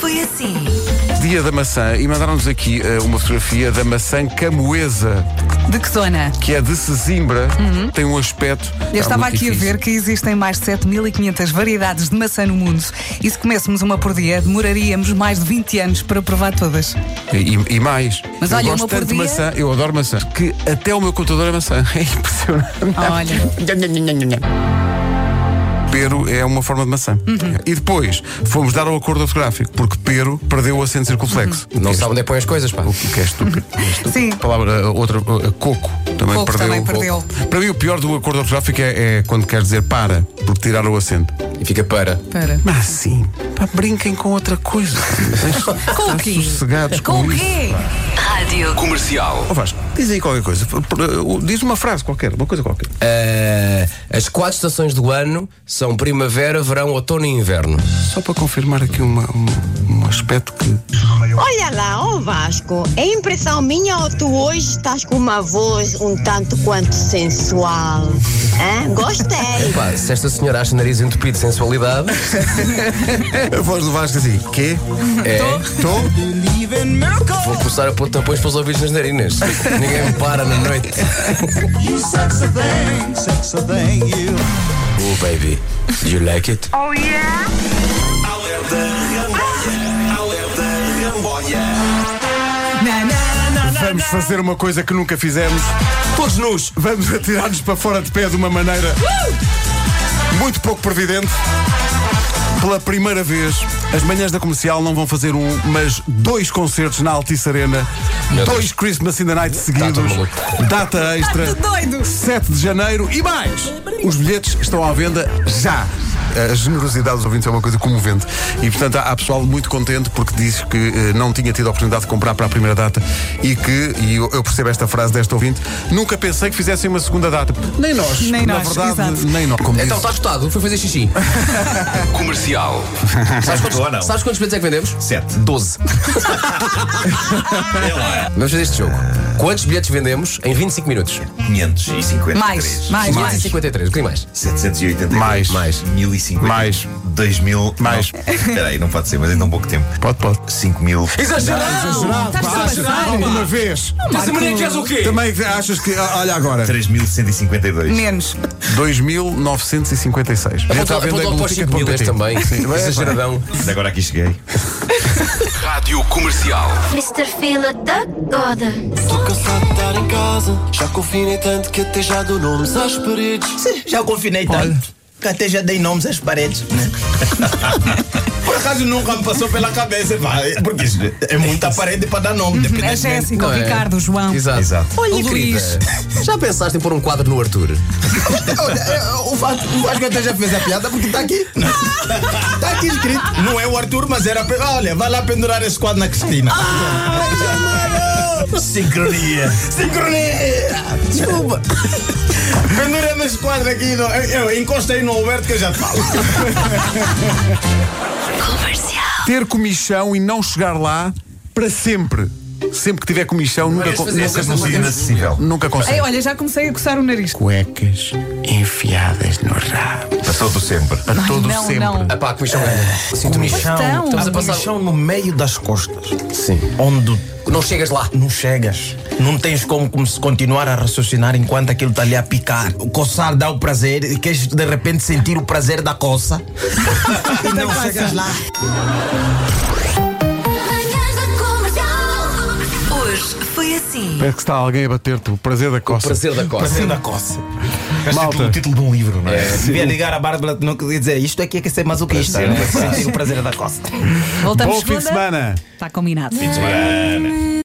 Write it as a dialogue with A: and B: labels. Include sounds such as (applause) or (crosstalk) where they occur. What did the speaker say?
A: Foi assim.
B: Dia da maçã e mandaram-nos aqui eh, uma fotografia da maçã camoesa,
C: De que zona?
B: que é de Sesimbra, tem um aspecto.
C: Uhum. Eu estava aqui a ver que existem mais de 7.500 variedades de maçã no mundo e se comêssemos uma por dia, demoraríamos mais de 20 anos para provar todas.
B: que. E, e mais.
C: Mas
B: eu
C: olha,
B: gosto
C: uma por
B: tanto de
C: dia-
B: maçã, eu adoro maçã, que até o meu contador é maçã. (laughs) É impressionante.
C: Olha,
B: Pero é uma forma de maçã.
C: Uhum.
B: E depois fomos dar o acordo ortográfico, porque pero perdeu o acento circunflexo.
D: Não sabe onde é que põe as coisas, pá.
B: O que é estúpido.
C: Uhum. sim.
B: A palavra uh, outra, uh, coco, também
C: Coco
B: perdeu.
C: também perdeu.
B: Para mim, o pior do acordo ortográfico é, é quando queres dizer para, porque tiraram o acento.
D: E fica para.
C: Para.
B: Mas sim, pá, brinquem com outra coisa.
C: (laughs) Com o quê?
B: Sossegados
C: Com
B: com
C: o
B: isso.
C: quê?
A: Rádio.
E: Comercial.
B: Ó Vasco, diz aí qualquer coisa. Por- por- uh, Diz uma frase qualquer, uma coisa qualquer.
D: Ah, as quatro estações do ano são primavera, verão, outono e inverno.
B: Só para confirmar aqui uma- um, um aspecto que.
F: Olha lá, ô Vasco, é impressão minha ou tu hoje estás com uma voz um tanto quanto sensual? Hã? Gostei.
D: Pá, se esta senhora acha nariz entupido de sensualidade,
B: (laughs) A voz do Vasco assim, quê?
D: é,
B: Estou?
D: vou começar a pôr tampões para os ouvidos nas narinas. Ninguém me para na noite. Oh, baby, you like it?
E: Alerta Ramboia. Alerta Ramboia.
C: Na, na.
B: Vamos fazer uma coisa que nunca fizemos.
D: Todos nus!
B: Vamos atirar-nos para fora de pé de uma maneira muito pouco previdente. Pela primeira vez, as manhãs da comercial não vão fazer um, mas dois concertos na Altice Arena,
D: Meu
B: dois
D: Deus.
B: Christmas in the Night
D: Tá
B: seguidos,
D: tudo maluco.
B: data extra,
C: Tá tudo doido.
B: 7 de janeiro e mais! Os bilhetes estão à venda já! A generosidade dos ouvintes é uma coisa comovente e, portanto, há, há pessoal muito contente porque diz que eh, não tinha tido a oportunidade de comprar para a primeira data e que, e eu, eu percebo esta frase desta ouvinte, nunca pensei que fizessem uma segunda data. Nem nós,
C: Nem
B: na
C: nós,
B: verdade,
C: exato.
B: nem nós. Como
D: Então,
B: diz-
D: está esgotado, foi fazer xixi.
E: Comercial.
D: Sabes quantos,
G: Ou não?
D: sabes quantos bilhetes é que vendemos?
G: 7.
D: 12.
G: É
D: Vamos fazer este jogo. Quantos bilhetes vendemos em 25 minutos?
G: 553.
C: Mais, mais, mais.
D: 553, um bocadinho mais.
G: 780.
B: Mais.
D: Mais.
G: 1050.
B: Mais.
G: 2000.
B: Mais.
G: Não, Espera aí, não pode ser, mas ainda há um pouco tempo.
B: Pode, pode.
G: 5000.
D: Exagerado!
C: Estás a
D: Tá
C: passar?
B: Uma vez.
D: Mas a Maria queres o quê?
B: Também achas que. ah, Olha agora.
G: 3152.
C: Menos. É
B: 2956.
H: tá
B: Já está à
D: Apontou
B: venda em
D: logo para os 5 mil
B: boletim.pt.
D: este também. Exageradão.
G: Agora aqui cheguei.
E: Rádio Comercial.
I: Mr. Fila da Goda.
J: Estou cansado de estar em casa. Já confinei tanto que até já dou nomes às paredes.
H: Sim, já confinei tanto. Que até já dei nomes às paredes, né? Por acaso nunca me passou pela cabeça, pá. Porque isso é muita parede para dar nome,
C: A
H: dependendo.
C: Jéssica, o
D: Não é?
C: Ricardo, o João.
D: Exato.
G: Exato.
D: Olha,
C: O Luís.
D: querida, Já pensaste em pôr um quadro no Arthur?
H: O Vasco o Vasco até já fez a piada porque está aqui. Está Tá aqui escrito. Não é o Arthur, mas era. pe- Olha, vai lá pendurar esse quadro na Cristina.
G: Sincronia.
H: Sincronia! Desculpa! Pendurei-me esse quadro aqui. no- Eu eu encostei no Alberto que eu já te falo.
I: Comercial.
B: Ter comichão e não chegar lá para sempre. Sempre que tiver comichão, nunca,
D: Mas
B: con-
D: fazer
B: nunca,
D: essas
G: Não seja
B: nunca,
G: inacessível.
B: nunca
C: Ei,
B: consigo.
C: olha, já comecei a coçar o nariz.
B: Cuecas enfiadas no rabo.
G: Passou do sempre.
B: Para todo
C: não,
B: sempre.
C: não.
D: Ah pá, comichão ganha. Sinto-me
C: Comichão. Então,
D: um Estamos a passar.
H: Comichão um no meio das costas.
D: Sim.
H: Onde
D: Não chegas lá.
H: não chegas. Não tens como, como se continuar a raciocinar enquanto aquilo está ali a picar. O coçar dá o prazer e queres de repente sentir o prazer da coça. (laughs) e não chegas lá.
I: Manhãs da Comercial.
A: Hoje foi assim.
B: Parece que está alguém a bater-te. O prazer da costa.
D: Prazer da costa.
H: Prazer da coça.
B: Malta.
G: Malta. O título de um livro, não é?
H: Devia ligar a Bárbara não queria dizer isto é que é que é ser masoquista.
G: Prazer
H: né?
G: da coça.
H: Sentir o prazer da costa.
C: Voltamos
B: Bom fim de
C: segunda.
B: semana.
C: Está combinado.
G: Semana.